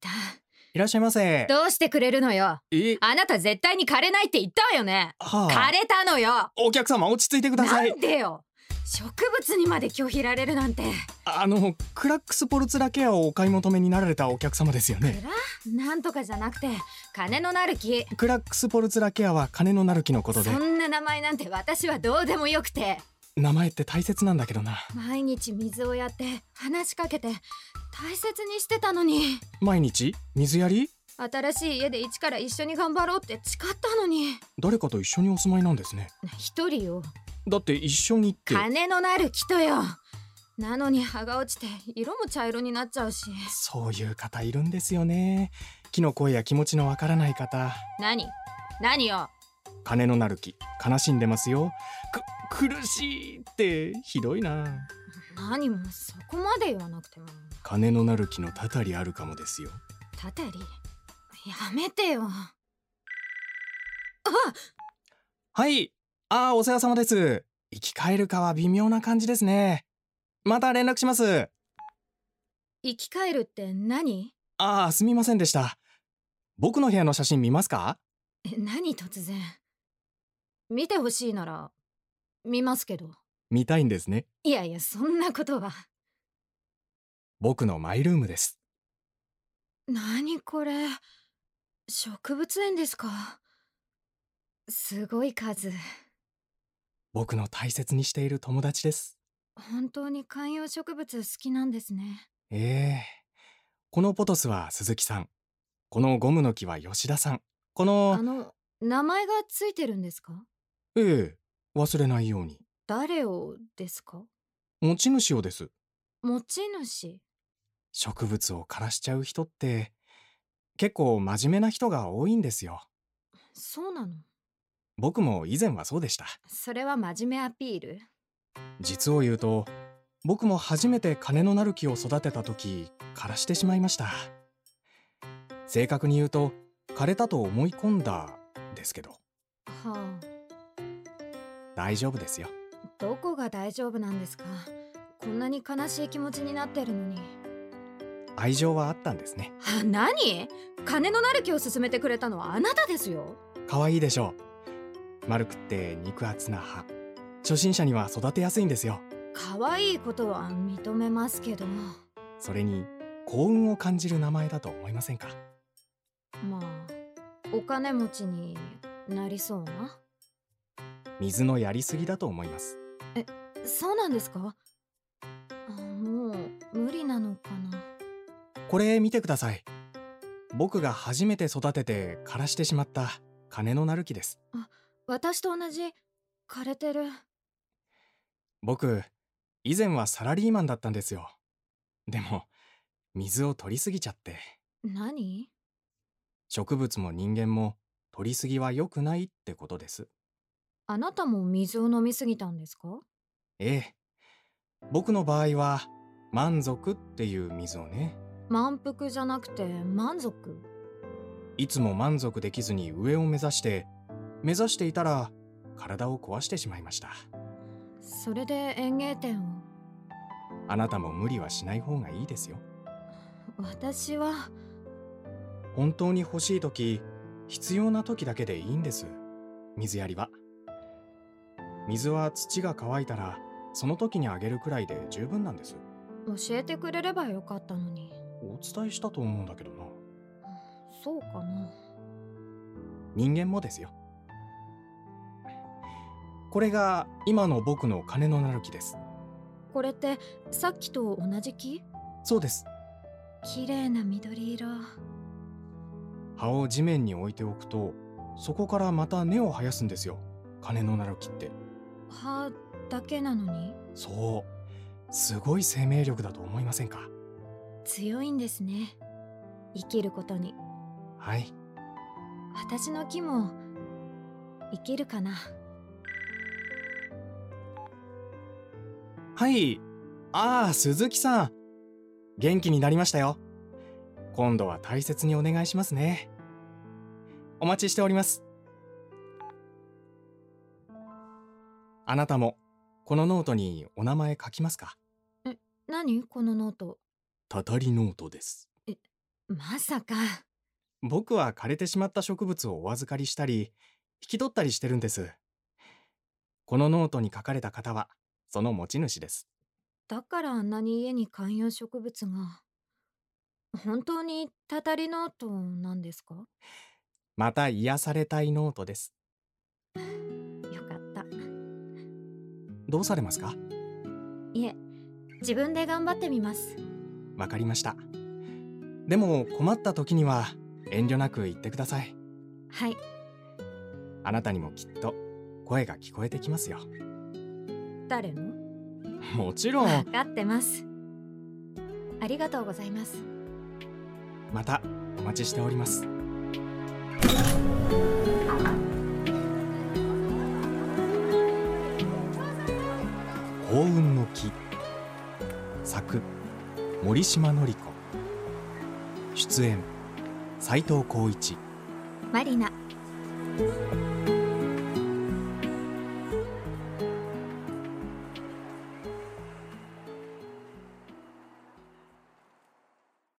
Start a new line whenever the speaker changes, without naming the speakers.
た
いらっしゃいませ。
どうしてくれるのよ
え
あなた絶対に枯れないって言ったわよね
は
枯れたのよ
お客様落ち着いてくだ
な
さい
ん。でよ植物にまで拒否られるなんて
あのクラックスポルツラケアをお買い求めになられたお客様ですよね。
なんとかじゃなくて金のなる木
クラックスポルツラケアは金のなる木のことで
そんな名前なんて私はどうでもよくて
名前って大切なんだけどな
毎日水をやって話しかけて大切にしてたのに
毎日水やり
新しい家で一から一緒に頑張ろうって誓ったのに
誰かと一緒にお住まいなんですね
一人よ
だって一緒にって
金のなる木とよなのに葉が落ちて色も茶色になっちゃうし
そういう方いるんですよね木の声や気持ちのわからない方
何何よ
金のなる木悲しんでますよく苦しいってひどいな
何もそこまで言わなくても
金のなる木のたたりあるかもですよ
たたりやめてよ
はいああお世話様です生き返るかは微妙な感じですねまた連絡します
生き返るって何
ああすみませんでした僕の部屋の写真見ますか
え何突然見てほしいなら見ますけど
見たいんですね
いやいやそんなことは
僕のマイルームです
何これ植物園ですかすごい数
僕の大切にしている友達です
本当に観葉植物好きなんですね
ええこのポトスは鈴木さんこのゴムの木は吉田さんこ
あ
の
の名前がついてるんですか
ええ忘れないように
誰をですか
持ち主をです
持ち主
植物を枯らしちゃう人って結構真面目な人が多いんですよ
そうなの
僕も以前はそうでした
それは真面目アピール
実を言うと僕も初めて金のなる木を育てた時枯らしてしまいました正確に言うと枯れたと思い込んだですけど
は
大丈夫ですよ
あどこが大丈夫なんですかこんなに悲しい気持ちになってるのに
愛情はあったんですね
はあ何金のなる木を勧めてくれたのはあなたですよ
可愛いでしょう丸くって肉厚な葉初心者には育てやすいんですよ
可愛いことは認めますけどま
それに幸運を感じる名前だと思いませんか
あお金持ちになりそうな
水のやりすぎだと思います
そうなんですかあもう無理なのかな
これ見てください僕が初めて育てて枯らしてしまった金のなる木です
私と同じ枯れてる
僕以前はサラリーマンだったんですよでも水を取りすぎちゃって
何
植物も人間も取りすぎは良くないってことです
あなたも水を飲みすぎたんですか
ええ僕の場合は満足っていう水をね
満腹じゃなくて満足
いつも満足できずに上を目指して目指していたら体を壊してしまいました
それで園芸店を
あなたも無理はしない方がいいですよ
私は
本当に欲しい時必要な時だけでいいんです水やりは水は土が乾いたらその時にあげるくらいで十分なんです
教えてくれればよかったのに
お伝えしたと思うんだけどな
そうかな
人間もですよこれが今の僕の金のなる木です
これってさっきと同じ木
そうです
綺麗な緑色
葉を地面に置いておくとそこからまた根を生やすんですよ金のなる木って
葉だけなのに
そうすごい生命力だと思いませんか
強いんですね生きることに
はい
私の木も生きるかな
はい。ああ、鈴木さん。元気になりましたよ。今度は大切にお願いしますね。お待ちしております。あなたも、このノートにお名前書きますか
何このノート
たたりノートです。
まさか
僕は枯れてしまった植物をお預かりしたり引き取ったりしてるんですこのノートに書かれた方はその持ち主です
だからあんなに家に観葉植物が本当にたたりノートなんですか
また癒されたいノートです
よかった
どうされますか
いえ自分で頑張ってみます
わかりましたでも困った時には遠慮なく言ってください
はい
あなたにもきっと声が聞こえてきますよ
誰の
もちろ
わ
ん
かってますありがとうございます
またお待ちしております幸運の木作森島のり子出演斉藤浩一
マリナ